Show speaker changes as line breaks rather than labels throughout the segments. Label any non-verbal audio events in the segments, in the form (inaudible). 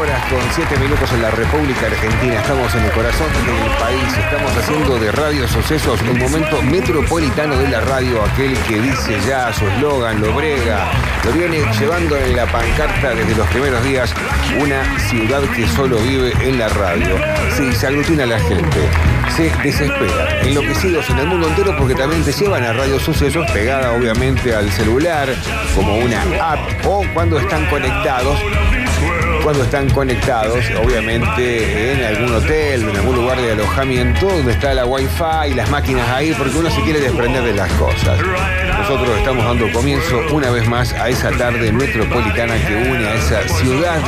17 minutos en la República Argentina. Estamos en el corazón del país. Estamos haciendo de Radio Sucesos el momento metropolitano de la radio. Aquel que dice ya su eslogan, lo brega, lo viene llevando en la pancarta desde los primeros días. Una ciudad que solo vive en la radio. Sí, se aglutina la gente. Se desespera. Enloquecidos en el mundo entero porque también te llevan a Radio Sucesos pegada obviamente al celular como una app o cuando están conectados cuando están conectados, obviamente en algún hotel, en algún lugar de alojamiento donde está la wifi y las máquinas ahí, porque uno se quiere desprender de las cosas. Nosotros estamos dando comienzo una vez más a esa tarde metropolitana que une a esa ciudad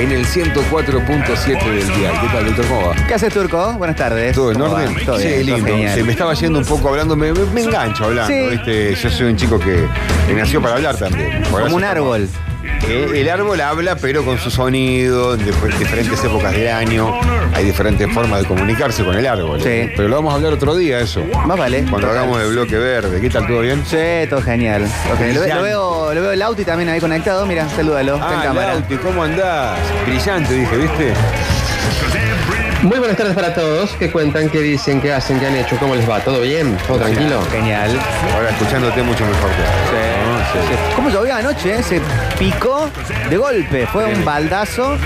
en el 104.7 del día. ¿Qué tal, Víctor? ¿Cómo va?
¿Qué haces, Turco? Buenas tardes.
¿Todo en
¿Cómo va?
orden?
Todo
sí,
bien, todo
lindo.
genial.
Se me estaba yendo un poco hablando, me, me- me engancho hablando,
Sí.
¿viste? Yo soy un chico que, que nació para hablar también. Por
Como
eso
un
estamos-
árbol.
eh, El árbol habla, pero con su sonido, en dif- diferentes épocas del año. Hay diferentes formas de comunicarse con el árbol.
Sí.
¿eh? Pero lo vamos a hablar otro día, eso.
Más vale.
Cuando
Total.
hagamos el bloque verde. ¿Qué tal? ¿Todo bien?
Sí, todo genial. todo genial. Lo, ve- lo veo, lo veo el auto y también ahí conectado. Mira, salúdalo. está en
Ah,
cámara.
Lauti, ¿cómo andás? Brillante, dije, ¿viste?
Muy buenas tardes para todos. ¿Qué cuentan? ¿Qué dicen? ¿Qué hacen? ¿Qué han hecho? ¿Cómo les va? ¿Todo bien? ¿Todo tranquilo?
Genial.
Ahora escuchándote mucho mejor. Ah, Sí.
Sí. ¿Cómo llovió anoche? eh? Se picó de golpe. Fue un baldazo.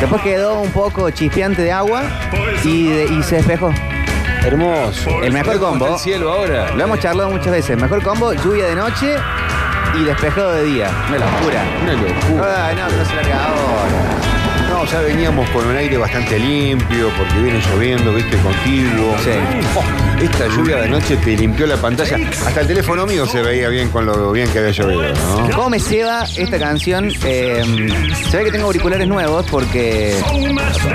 Después quedó un poco chispeante de agua y, de- y se despejó.
Hermoso.
El mejor
¿Cómo está
combo.
El cielo ahora.
Lo hemos charlado muchas veces. Mejor combo, lluvia de noche y despejado de día. Una locura.
Una locura.
Ay, no, no se la cagó.
No, ya veníamos con un aire bastante limpio porque viene lloviendo, viste, contiguo.
Sí.
Oh, esta lluvia de noche te limpió la pantalla. Hasta el teléfono mío se veía bien con lo bien que había llovido, ¿no?
¿Cómo me lleva esta canción? Eh, se ve que tengo auriculares nuevos porque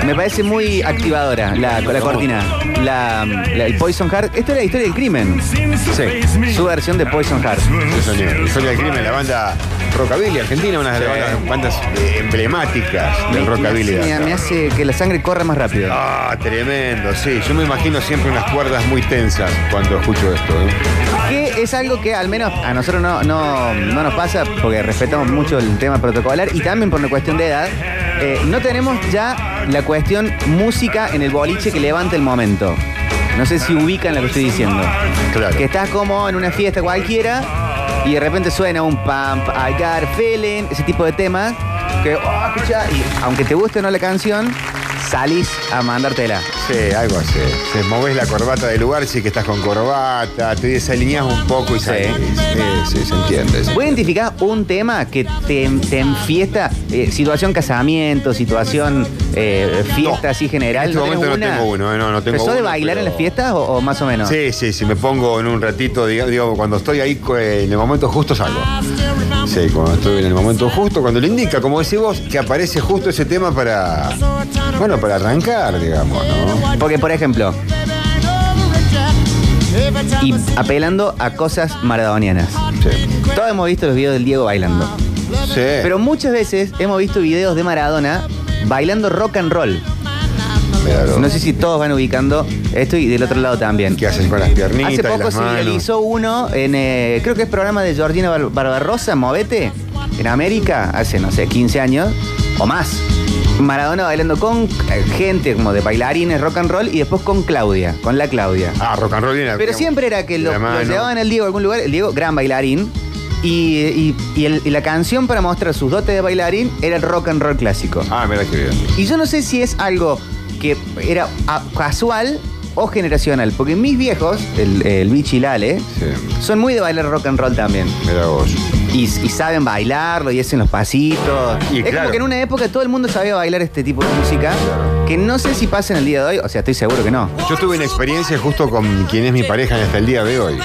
me parece muy activadora la, la cortina. La, la- el Poison Heart. Esta es la historia del crimen.
Sí.
Su versión de Poison Heart.
Sí, señor. Historia del crimen, la banda Rockabilly Argentina, una de las
Sí.
bandas, bandas, eh, emblemáticas del Rockabilly.
Me, me hace que la sangre corra más rápido.
Ah, tremendo, sí. Yo me imagino siempre unas cuerdas muy tensas cuando escucho esto. ¿eh?
Que es algo que al menos a nosotros no, no, no nos pasa porque respetamos mucho el tema protocolar y también por una cuestión de edad. eh, no tenemos ya la cuestión música en el boliche que levanta el momento. No sé si ubican lo que estoy diciendo.
Claro.
Que estás como en una fiesta cualquiera y de repente suena un pump, I got a feeling, ese tipo de temas. Que, oh, escucha, y aunque te guste o no la canción, salís a mandártela.
Sí, algo así. Se moves la corbata del lugar, sí que estás con corbata, te desalineás un poco y salís. Sí, sí, se entiende.
¿Vos identificás un tema que te, te enfiesta? Eh, situación casamiento, situación eh, fiesta
No.
así general.
En este momento
tenés
no
una?
tengo uno, eh, no, no tengo
¿Pero sos de
uno,
bailar
pero-
en las fiestas o, o más o menos?
Sí, sí, sí, me pongo en un ratito, diga- digo, cuando estoy ahí, co- en el momento justo salgo. Sí, cuando estoy en el momento justo, cuando lo indica, como decís vos, que aparece justo ese tema para, bueno, para arrancar, digamos, ¿no?
Porque, por ejemplo, y apelando a cosas maradonianas.
Sí.
Todos hemos visto los videos del Diego bailando.
Sí.
Pero muchas veces hemos visto videos de Maradona bailando rock and roll.
Claro.
No sé si todos van ubicando esto y del otro lado también.
¿Qué hacen con las piernitas
Hace
y
poco
las
se
manos?
viralizó uno en, eh, creo que es programa de Georgina Bar- Barbarossa, Movete, en América, hace, no sé, 15 años o más. Maradona bailando con eh, gente como de bailarines, rock and roll, y después con Claudia, con la Claudia.
Ah, rock and roll y la-
Pero siempre era que
y
lo,
la
lo
mano.
llevaban al Diego a algún lugar, el Diego, gran bailarín, y, y- y el- y la canción para mostrar sus dotes de bailarín era el rock and roll clásico.
Ah, mira qué bien.
Y yo no sé si es algo que era ah, casual o generacional, porque mis viejos, el, el Bichi y Lale,
Sí.
son muy de bailar rock and roll también.
Mira vos.
Y, y saben bailarlo y hacen los pasitos.
Y
es
claro.
como que en una época todo el mundo sabía bailar este tipo de música, que no sé si pasa en el día de hoy, o sea, estoy seguro que no.
Yo tuve una experiencia justo con quien es mi pareja hasta el día de hoy.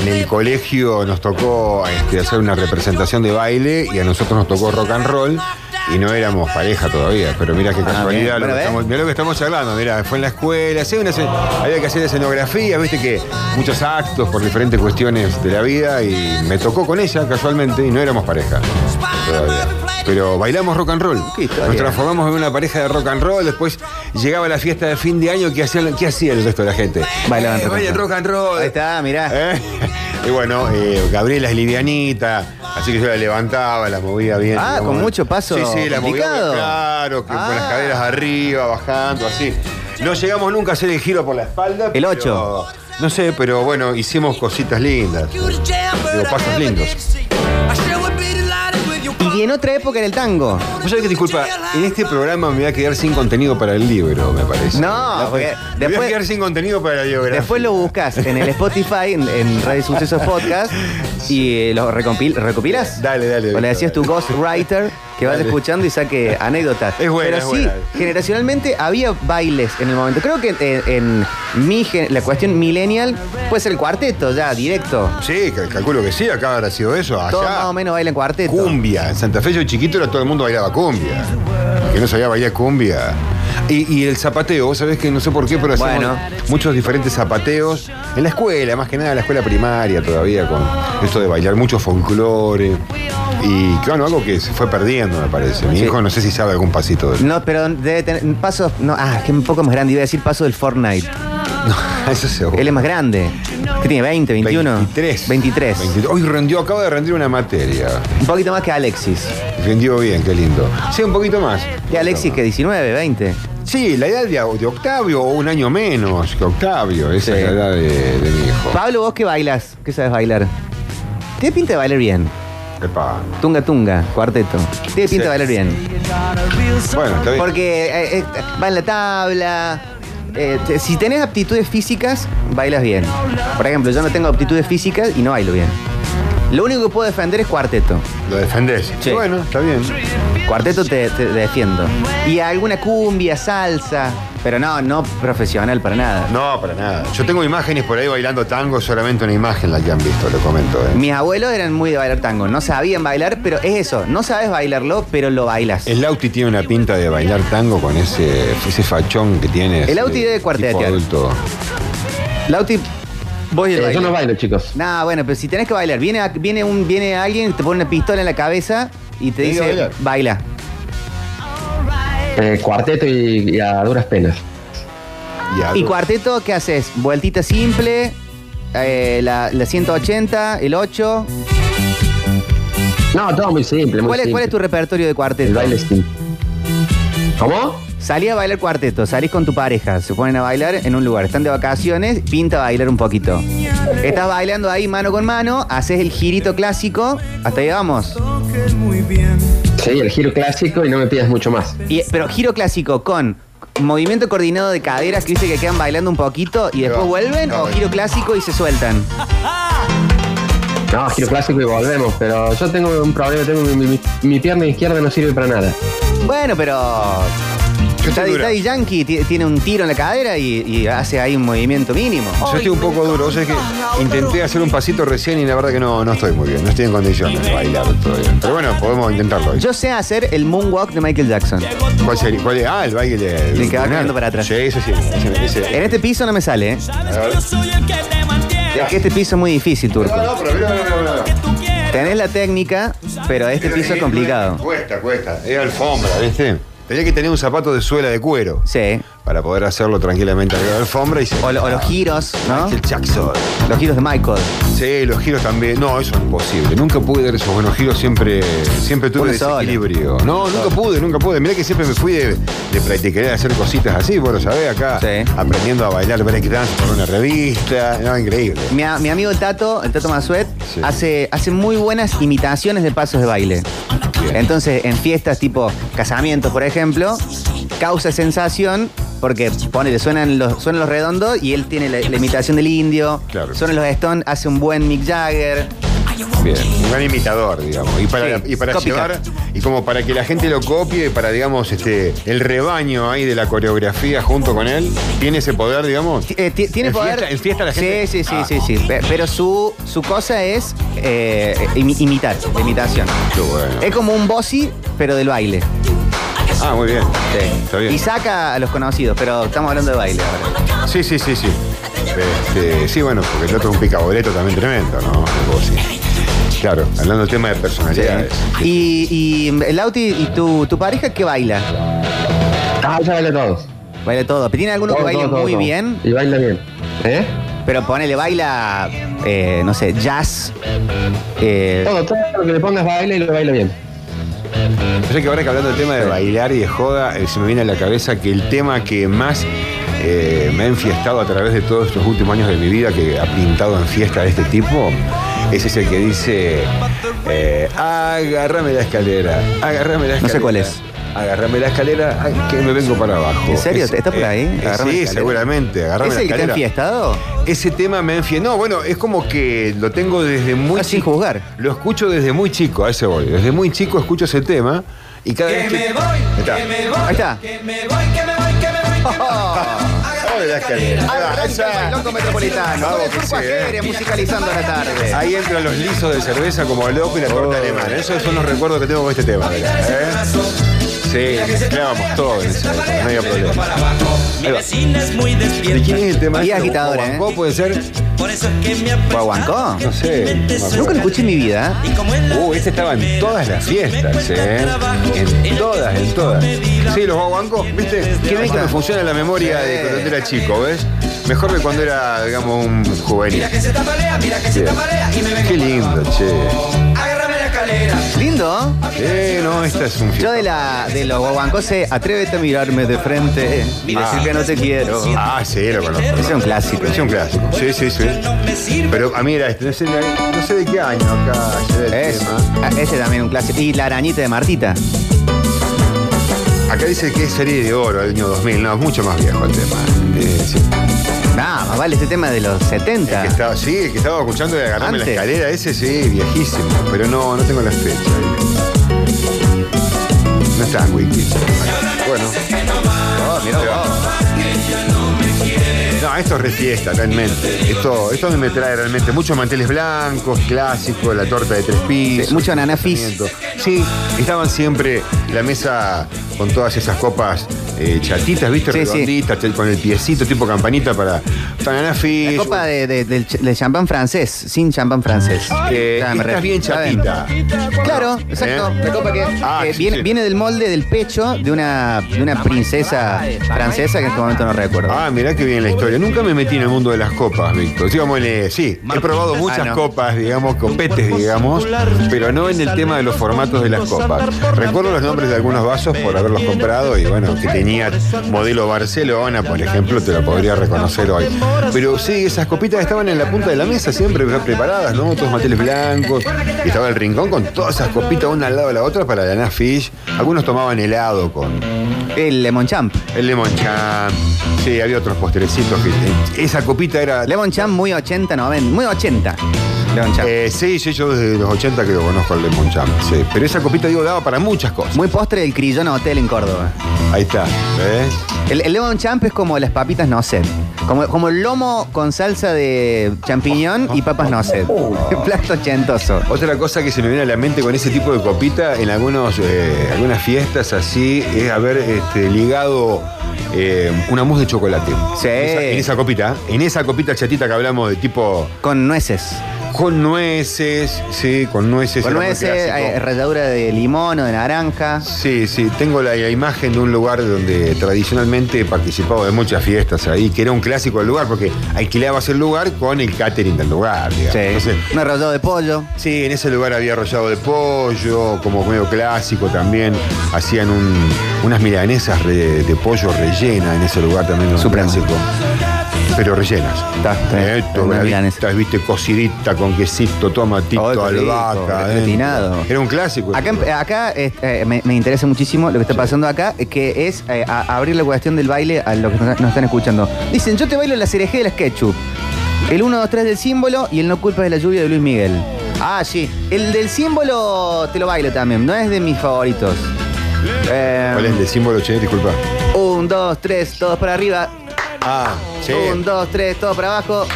En el colegio nos tocó este, hacer una representación de baile y a nosotros nos tocó rock and roll y no éramos pareja todavía, pero mira qué
Ah, bien.
casualidad, lo
Bueno,
que
¿ves?
estamos, mirá lo que estamos charlando, mira, fue en la escuela, sí, una escen- había que hacer escenografía, viste que muchos actos por diferentes cuestiones de la vida y me tocó con ella casualmente y no éramos pareja todavía. Pero bailamos rock and roll.
Qué historia.
Nos transformamos en una pareja de rock and roll. Después llegaba la fiesta de fin de año. ¿Qué hacía, qué hacía el resto de la gente?
Bailaban
Eh,
rock and
bailen
roll.
rock and roll.
Ahí está, mirá.
¿Eh? Y bueno, eh, Gabriela es livianita. Así que yo la levantaba, la movía bien.
Ah,
la
con
movía-
mucho paso
Sí, sí, la movía.
complicado.
bien, Claro, que con las
Ah.
caderas arriba, bajando, así. No llegamos nunca a hacer el giro por la espalda. pero-
ocho.
No sé, pero bueno, hicimos cositas lindas.
Digo, pasos lindos.
Y en otra época era el tango.
Vos sabés que, disculpa, en este programa me voy a quedar sin contenido para el libro, me parece.
No,
La-
porque
Me Voy a quedar
después,
sin contenido para la biografía.
después lo buscas en el Spotify, en, en Radio Sucesos Podcast, y eh, lo recompil- recopilas.
Dale, dale,
O le
Víctor,
decías tu ghostwriter que vas
Dale.
escuchando y saque anécdotas.
Es buena,
Pero
es
sí,
buena.
generacionalmente había bailes en el momento. Creo que en, en mi gen- la cuestión millennial puede ser el cuarteto ya, directo.
Sí, cal- calculo que sí, acá habrá sido eso. Allá.
Todos más o menos bailan cuarteto.
Cumbia. En Santa Fe yo chiquito era todo el mundo bailaba cumbia. Que no sabía bailar cumbia.
Y, y el zapateo, vos sabés que no sé por qué, pero hacemos
Bueno.
muchos diferentes zapateos en la escuela, más que nada en la escuela primaria todavía, con esto de bailar mucho folclore. Y claro, algo que se fue perdiendo, me parece. Mi
Sí.
hijo no sé si sabe algún pasito de
No, pero debe tener pasos. No, ah, que un poco más grande. Iba a decir paso del Fortnite.
Eso seguro.
Él es más grande. ¿Qué tiene? ¿20, 21?
23.
23.
23. Hoy rendió, acaba de rendir una materia.
Un poquito más que Alexis.
Rendió bien, qué lindo. Sí, un poquito más.
Que Alexis que 19, 20.
Sí, la edad de, de Octavio o un año menos que Octavio. Esa
Sí.
es la edad de, de mi hijo.
Pablo, ¿vos qué bailas? ¿Qué sabes bailar? Tiene pinta de bailar bien.
Epa.
Tunga Tunga, cuarteto. Tiene pinta de bailar bien.
Bueno, está bien.
Porque eh, eh, va en la tabla. Eh, te- si tenés aptitudes físicas, bailas bien. Por ejemplo, yo no tengo aptitudes físicas y no bailo bien. Lo único que puedo defender es cuarteto.
Lo defendés.
Sí.
Bueno, está bien.
Cuarteto te, te defiendo. Y alguna cumbia, salsa. Pero no, no profesional para nada.
No, para nada. Yo tengo imágenes por ahí bailando tango, solamente una imagen la que han visto, lo comento. ¿eh?
Mis abuelos eran muy de bailar tango. No sabían bailar, pero es eso. No sabes bailarlo, pero lo bailas.
El Lauti tiene una pinta de bailar tango con ese, ese fachón que tiene. ese
Lauti debe
tipo
cuartetear.
adulto.
Lauti, voy
Eh,
al
yo no
baile.
bailo, chicos.
Nah, bueno, pero si tenés que bailar, viene, a- viene, un, viene alguien, te pone una pistola en la cabeza y te
Tenés que
dice,
bailar.
baila.
Eh, cuarteto y, y a duras penas.
adulto.
¿Y cuarteto qué haces? Vueltita simple, eh, la, la 180, el 8.
No, todo muy simple. Muy
¿Cuál es,
simple.
cuál es tu repertorio de
El
cuarteto?
baile simple. ¿Cómo?
Salí a bailar cuarteto, salís con tu pareja, se ponen a bailar en un lugar, están de vacaciones, pinta bailar un poquito. Estás bailando ahí mano con mano, haces el girito clásico, hasta ahí vamos.
Sí, el giro clásico y no me pidas mucho más.
Y- pero giro clásico con movimiento coordinado de caderas que dice que quedan bailando un poquito y después
va.
vuelven,
Ah,
o
bueno.
giro clásico y se sueltan.
No, giro clásico y volvemos, pero yo tengo un problema, tengo mi, mi- mi pierna izquierda no sirve para nada.
Bueno, pero.
Yo estoy
Daddy,
dura.
Daddy Yankee ti- tiene un tiro en la cadera y, y hace ahí un movimiento mínimo.
Yo estoy un poco duro. Vos sabés que intenté hacer un pasito recién y la verdad que no, no estoy muy bien. No estoy en condiciones de bailar todavía. Pero bueno, podemos intentarlo.
Yo sé hacer el moonwalk de Michael Jackson.
¿Cuál sería? ¿Cuál es? Ah, el baile de.
El que va caminando para atrás.
Sí, eso sí. ese- ese-
En este piso no me sale, ¿eh? Es que este piso es muy difícil, Turco.
No, no, pero mira, mira, mira, mira.
Tenés la técnica, pero este piso es complicado.
Cuesta, cuesta. Es alfombra, ¿viste? Tenía que tener un zapato de suela de cuero
Sí.
para poder hacerlo tranquilamente arriba de la alfombra y se...
O, lo- o los giros, ¿no?
Michael Jackson.
Los giros de Michael.
Sí, los giros también. No, eso es imposible. Nunca pude dar esos buenos giros, siempre, siempre tuve
Uno solo.
desequilibrio. No, nunca pude, nunca pude. Mirá que siempre me fui de, de practicar, de hacer cositas así, bueno, ¿sabés? Acá
Sí.
aprendiendo a bailar breakdance por una revista. No, increíble.
Mi, a- mi amigo el Tato, el Tato Masuet,
Sí.
hace, hace muy buenas imitaciones de pasos de baile. Entonces, en fiestas tipo casamientos, por ejemplo, causa sensación porque pone, le suenan los, suenan los redondos y él tiene la, la imitación del indio.
Claro.
Suenan los Stones, hace un buen Mick Jagger.
Bien, un gran imitador, digamos. Y para,
Sí,
y para
copycat.
llevar, y como para que la gente lo copie, para, digamos, este, el rebaño ahí de la coreografía junto con él, tiene ese poder, digamos.
Eh, ti- tiene
¿En
poder.
fiesta- en fiesta la gente?
Sí, sí, sí,
Ah.
sí, sí. Pe- Pero su, su cosa es eh, imi- imitar, la imitación.
Qué bueno.
Es como un bossy, pero del baile.
Ah, muy bien. Está bien.
Y saca a los conocidos, pero estamos hablando de baile ahora.
Sí, sí, sí, sí. Este, sí, bueno, porque el otro es un picaboleto también tremendo, ¿no? Algo así. Claro, hablando del tema de personalidades.
Y, y mm, Lauti, ¿y tu, tu pareja qué baila?
Ah, ya baila todos.
Baila todo. ¿Pero ¿Tiene alguno que
Todo,
baile
todo, todo,
muy
todo.
bien?
Y baila bien. ¿Eh?
Pero ponele, baila, eh, no sé, jazz. eh,
Todo, todo lo que le pongas baila y lo baila bien.
Yo sé que ahora que hablando del tema de bailar y de joda, eh, se me viene a la cabeza que el tema que más eh, me ha enfiestado a través de todos estos últimos años de mi vida, que ha pintado en fiesta de este tipo, es ese que dice, eh, agárrame la escalera, agárrame la escalera.
No sé cuál es.
Agárrame la escalera, ay, que me vengo para abajo.
¿En serio?
Es-
¿Está por
eh,
ahí?
eh,
Agárrame la
sí,
escalera.
seguramente. Agárrame
¿Es
la
el que está
escalera.
enfiestado?
Ese tema me enfie... No, bueno, es como que lo tengo desde muy
Ah, sin
chico. (laughs)
juzgar.
Lo escucho desde muy chico, a ese voy. Desde muy chico escucho ese tema y cada vez que... Ahí está.
Ahí está. Oh.
Abre la escalera. Ah, esa-
metropolitano.
Vamos que sí, eh.
musicalizando la tarde.
Ahí entran los lisos de cerveza como loco y la torta alemana. Esos son los recuerdos que tengo con este tema. mirá, ¿eh? (laughs) Sí, mezclábamos todo en ese momento, no había problema.
Mi vecina es muy
¿De quién
despierta.
es el tema?
Y
este?
agitadora,
¿Guaguancó
¿eh?
puede ser?
Por eso es que me ha
¿Guaguancó?
No sé. no me
Nunca lo
acuerdo.
escuché en mi vida.
Y como en la
Uh, este estaba en todas las fiestas, ¿eh? En todas, en todas. Sí, los guaguancos, ¿viste?
Qué
Además
rico.
me funciona la memoria de cuando era chico, ¿ves? Mejor que cuando era, digamos, un juvenil.
Mira que se tapalea, mira que se
Bien.
tapalea y me vengo
Qué
para
lindo,
abajo.
che.
Agárrame la escalera.
Lindo.
Eh, no, esta es un
Yo
fiesta.
de la de los guaguancos sé, atrévete a mirarme de frente y decir que no te quiero.
Ah, sí, lo conozco.
Ese es un clásico.
Es un clásico. Sí, sí, sí.
No me sirve.
Pero a mí era este. No sé, no sé de qué año acá. ya era el
Es,
tema.
ah, ese también es un clásico. Y la arañita de Martita.
Acá dice que es serie de oro, el año 2000. No, es mucho más viejo el tema. Eh, sí.
Nada, más vale ese tema de los
El
70.
que estaba, sí, el que estaba escuchando de agarrarme
Antes.
la escalera, ese sí, viejísimo. Pero no, no tengo la fecha. No está en Wiki. Bueno.
Oh, mirá vos.
No, esto es refiesta, realmente. Esto, esto a mí me trae realmente muchos manteles blancos, clásicos, la torta de tres pisos.
Sí, mucho ananá fizz.
Sí, estaban siempre la mesa con todas esas copas eh, chatitas, ¿viste?
Sí, sí.
Redonditas, con el piecito, tipo campanita para ananá
La
fish.
copa de, de- del, ch- del champán francés, sin champán francés.
Eh,
Ya me
estás
re-
bien
ya ven.
chatita.
Claro, exacto.
¿Eh?
La copa que,
Ah,
que
sí,
viene,
sí.
viene del molde del pecho de una, de una princesa francesa que en este momento no recuerdo.
Ah, mirá que bien la historia. Nunca me metí en el mundo de las copas, Víctor. Digámosle, sí, he probado muchas
Ah, no.
copas, digamos, copetes, digamos, pero no en el tema de los formatos de las copas. Recuerdo los nombres de algunos vasos por haberlos comprado y bueno, que tenía modelo Barcelona, por ejemplo, te lo podría reconocer hoy. Pero sí, esas copitas estaban en la punta de la mesa siempre ya preparadas, ¿no? Todos manteles blancos. Y estaba el rincón con todas esas copitas una al lado de la otra para la Nash Fish. Algunos tomaban helado con,
El Lemon Champ.
el Lemon Chan. Sí, había otros posterecitos que. Esa copita era.
Lemon Champ muy 80, 90. Muy 80. Lemon Champ.
Eh, sí, sí, yo desde los 80 que lo conozco el Lemon Chan. Sí. Pero esa copita, digo, daba para muchas cosas.
Muy postre del Crillón Hotel en Córdoba.
Ahí está. ¿Ves?
El, el Lemon Champ es como las papitas no sed. Como, como el lomo con salsa de champiñón y papas no sed.
Oh.
(laughs) Plato ochentoso.
Otra cosa que se me viene a la mente con ese tipo de copita en algunos, eh, algunas fiestas así es haber este, ligado eh, una mousse de chocolate.
Sí.
En esa, en esa copita, en esa copita chatita que hablamos de tipo
Con nueces.
con nueces, sí, con nueces.
Con
era muy
nueces,
clásico.
eh, ralladura de limón o de naranja.
Sí, sí, tengo la, la imagen de un lugar donde tradicionalmente he participado de muchas fiestas ahí, que era un clásico del lugar, porque alquilabas el lugar con el catering del lugar, digamos.
Sí.
Entonces,
Un arrollado de pollo.
sí, en ese lugar había arrollado de pollo, como medio clásico también, hacían un- unas milanesas re- de pollo rellena en ese lugar también, era un
Supremo.
clásico. Pero rellenas.
Está, está.
Eh,
Está
todas
una milanesa.
estas, viste, cocidita con quesito, tomatito,
Ay, qué rico,
albahaca. adentro.
gratinado.
Era un clásico.
Acá, en- acá este, eh, me, me interesa muchísimo lo que está pasando acá, que es eh, a- abrir la cuestión del baile a los que nos, nos están escuchando. Dicen, yo te bailo la cereje de las ketchup. El 1, 2, 3 del símbolo y el no culpa de la lluvia de Luis Miguel. Ah, sí. El del símbolo te lo bailo también, no es de mis favoritos. Eh,
¿Cuál es el de símbolo, che? Disculpa.
un, dos, tres, todos para arriba.
Ah, sí.
Un, dos, tres, todos para abajo.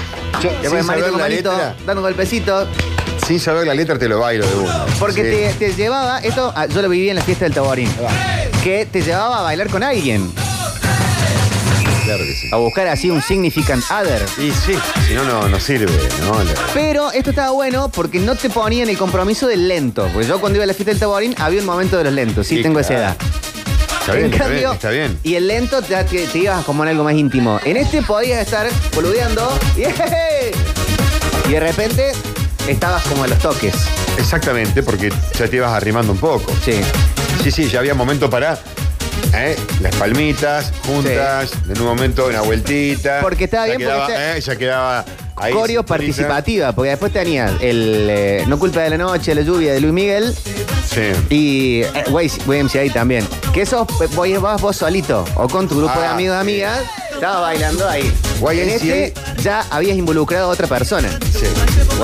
Yo,
Después
sin
manito
saber
con
la
manito,
letra.
dando golpecitos.
Sin saber la letra te lo bailo de uno.
Porque
Sí.
te, te llevaba, esto ah, yo lo viví en la fiesta del Taborín, que te llevaba a bailar con alguien,
Claro que sí.
a buscar así un significant other.
Y sí, si no, no, no sirve, ¿no? La-
Pero esto estaba bueno porque no te ponían pues el compromiso del lento. Porque yo cuando iba a la fiesta del Taborín había un momento de los lentos, sí,
Sí,
tengo esa
claro.
edad.
Está bien,
en
está bien,
cambio,
está bien.
Y el lento te, te- te ibas como en algo más íntimo. En este podías estar boludeando. (laughs) ¡yey! Y de repente estabas como a los toques.
Exactamente, porque ya te ibas arrimando un poco.
Sí.
Sí, sí, ya había momento para ¿eh? las palmitas juntas, en un momento una vueltita.
Porque estaba
ya
bien, porque
quedaba,
está-
¿eh? ya quedaba ahí.
Coreo participativa, porque después tenías el eh, No culpa de la noche, la lluvia de Luis Miguel
Sí.
y eh, Way- YMCA también. Que eso vas vos solito o con tu grupo de
Ah,
amigos o amigas, estabas bailando ahí.
YMCA.
En este ya habías involucrado a otra persona.
Sí.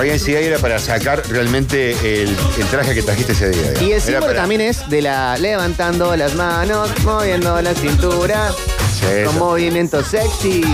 YMCA era para sacar realmente el, el traje que trajiste ese día. digamos.
Y el
Era
símbolo
para-
también es de la levantando las manos, moviendo la cintura,
Sí, eso.
con movimiento sexy.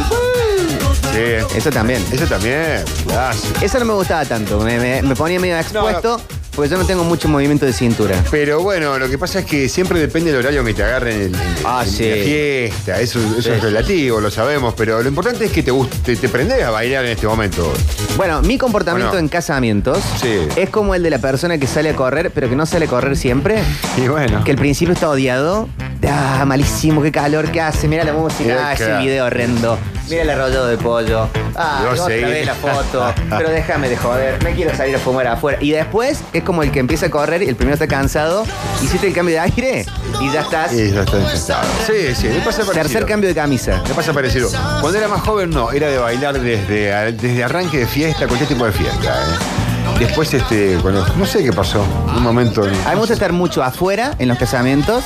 Sí.
Eso también.
Eso también. Ah, sí.
Eso no me gustaba tanto, me, me- me ponía medio expuesto, porque yo no tengo mucho movimiento de cintura.
Pero bueno, lo que pasa es que siempre depende del horario en que te agarren en, en-
Ah,
en
sí.
la fiesta. Eso, eso
Sí.
es relativo, lo sabemos. Pero lo importante es que te, guste- te, te prendés a bailar en este momento.
Bueno, mi comportamiento
Bueno.
en casamientos
Sí.
es como el de la persona que sale a correr, pero que no sale a correr siempre.
Y bueno.
Que al principio está odiado. Ah, malísimo, qué calor que hace. Mira la música,
Mira,
ah, ese
claro.
video horrendo. Mira el arrollado de pollo. Ah,
Yo
otra
seguí.
vez la
(laughs)
foto. Pero déjame de joder, me quiero salir a fumar afuera. Y después es como el que empieza a correr y el primero está cansado. Hiciste el cambio de aire y ya estás.
Y ya está infectado. Sí, sí, me pasa parecido.
Tercer cambio de camisa.
Me pasa parecido. Cuando era más joven, no, era de bailar desde, desde arranque de fiesta, cualquier tipo de fiesta. ¿eh? Después, este, cuando, no sé qué pasó, un momento
A mí me gusta estar mucho afuera en los casamientos.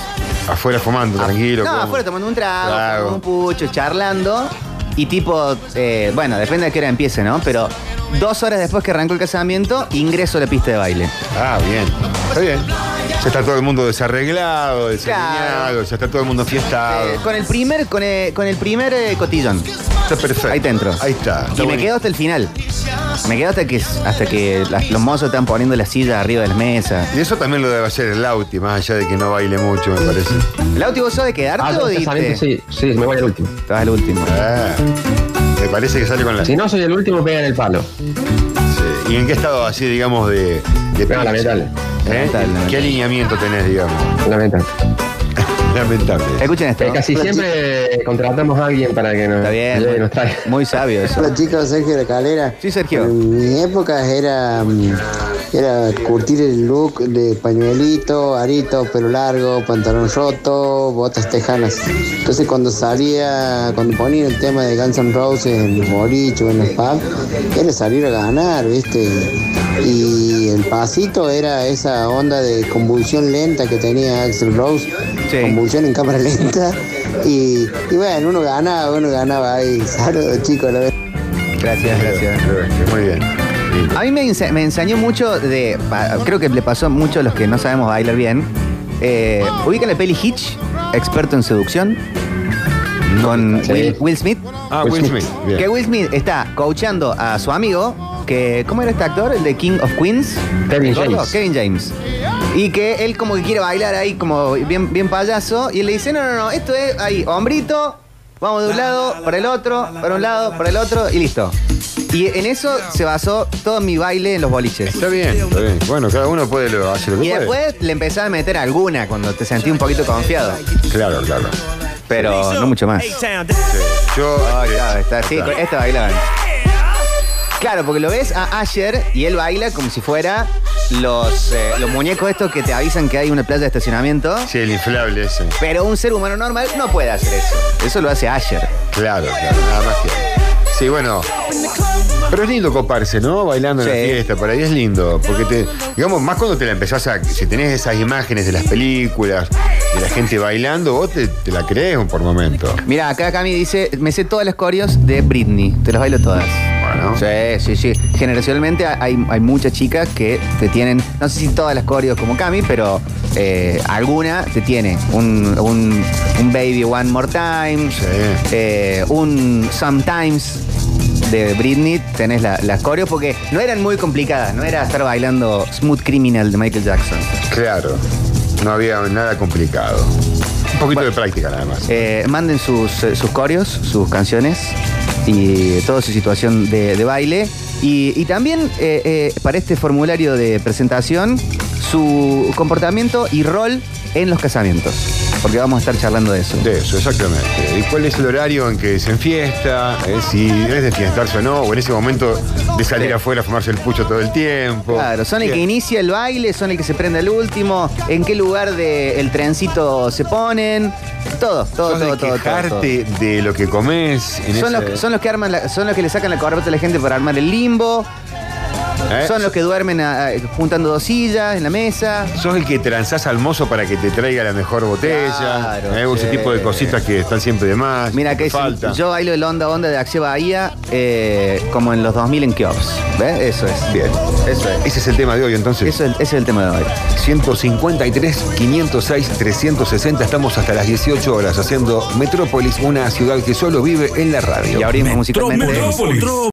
afuera fumando, tranquilo.
No,
como-
afuera tomando un trago,
Trago.
tomando un pucho, charlando. Y tipo, eh, bueno, depende de qué hora empiece, ¿no? Pero dos horas después que arrancó el casamiento, ingreso a la pista de baile.
Ah, bien. Está bien. Ya está todo el mundo desarreglado, desalineado, ya está todo el mundo fiestado.
Eh, con el primer, con el, con el primer eh, cotillón.
Está perfecto.
Ahí te entro.
Ahí está.
Y me quedo hasta el final. Me quedo hasta que, hasta que las- los mozos están poniendo la silla arriba de las mesas.
Y eso también lo debe hacer el Lauti, más allá de que no baile mucho, me parece.
Lauti, ¿vos sos de quedarte
Ah,
o
yo en
diste?
casamiento, sí, sí, me voy al último.
Estabas el último.
Ah, me parece que sale con la.
Si no soy el último, pega en el palo.
Sí. ¿Y en qué estado así, digamos, de, de
No, lamentable.
¿Eh?
Lamentable,
¿Qué
lamentable.
alineamiento tenés, digamos?
Lamentable.
Lamentable.
Escuchen esto.
Eh, casi siempre contratamos a alguien para que nos,
Está bien.
lleve y nos
muy-
traiga.
Muy sabio eso.
Hola chicos, Sergio de Calera.
Sí, Sergio.
En mi época era, mm, era curtir el look de pañuelito, arito, pelo largo, pantalón roto, botas tejanas. Entonces cuando salía, cuando ponían el tema de Guns N' Roses en los boliches o en los pubs, era salir a ganar, ¿viste? Y el pasito era esa onda de convulsión lenta que tenía Axel Rose,
Sí.
convulsión en cámara lenta. Y, y bueno, uno ganaba, uno ganaba ahí. (laughs) Saludos chicos, la verdad.
Gracias, gracias.
Muy bien.
A mí me, ense- me enseñó mucho de. pa- creo que le pasó mucho a los que no sabemos bailar bien. Eh, Ubican la peli Hitch, experto en seducción, con
Sí.
Will, Will Smith.
Ah, Will Smith. Bien.
Que Will Smith está coachando a su amigo, que. ¿Cómo era este actor? El de King of Queens.
Kevin
¿Gordo?
James.
Kevin James. Y que él como que quiere bailar ahí como bien, bien payaso. Y él le dice, no, no, no, esto es ahí, hombrito, vamos de un lado, para el otro, para un lado, para el otro, y listo. Y en eso se basó todo mi baile en los boliches.
Está bien, está bien. Bueno, cada uno puede lo, hacer lo que
Y
puede.
después le empezaba a meter alguna cuando te sentí un poquito confiado.
Claro, claro.
Pero no mucho más.
Sí. Yo.
Ay, claro, está así,
Claro.
con esta bailaban. Claro, porque lo ves a Asher y él baila como si fuera los, eh, los muñecos estos que te avisan que hay una playa de estacionamiento.
Sí, el inflable ese.
Pero un ser humano normal no puede hacer eso. Eso lo hace Asher.
Claro, claro, nada más que. Sí, bueno. Pero es lindo coparse, ¿no? Bailando en la
Sí.
fiesta, por ahí es lindo. Porque te, digamos, más cuando te la empezás a. Si tenés esas imágenes de las películas, de la gente bailando, vos te, te la crees por momento.
Mira, acá Cami dice, me sé todas las coreos de Britney. Te las bailo todas.
Bueno.
Sí, sí, sí. Generacionalmente hay, hay muchas chicas que te tienen, no sé si todas las coreos como Cami, pero eh, alguna te tiene. Un, un- un Baby One More Time,
Sí.
eh, un Sometimes de Britney, tenés la- las coreos porque no eran muy complicadas, no era estar bailando Smooth Criminal de Michael Jackson.
Claro. No había nada complicado. Un poquito de práctica nada más.
Eh, manden sus, eh, sus coreos, sus canciones y toda su situación de, de baile. Y, y también eh, eh, para este formulario de presentación, su comportamiento y rol en los casamientos. porque vamos a estar charlando de eso.
De eso, exactamente. ¿Y cuál es el horario en que se enfiesta? Eh, si es de fiestarse o no, o en ese momento de salir afuera a fumarse el pucho todo el tiempo.
Claro, son el que
Bien.
inicia el baile, son el que se prende el último, en qué lugar del trencito se ponen, todo, todo,
Sos de
todo, todo, todo, todo.
quejarte de lo que comes. en
Son los,
ese-
que- son los que arman la- son los que le sacan la corbata a la gente para armar el limbo,
¿eh?
son los que duermen a- a- juntando dos sillas en la mesa.
Sos el que transás al mozo para que te traiga la mejor botella.
Claro,
¿eh? Ese
sí.
tipo de cositas que están siempre de más.
Mira, que
te
dicen,
falta.
yo bailo el onda onda de Axel Bahía eh, como en los 2000 en Kiops. ¿Ves? Eso es.
Bien.
Eso es.
Ese es el tema de hoy entonces.
Eso es, ese es el tema de hoy.
153, 506, 360. Estamos hasta las 18 horas haciendo Metrópolis, una ciudad que solo vive en la radio.
Y abrimos musicalmente.
Metrópolis.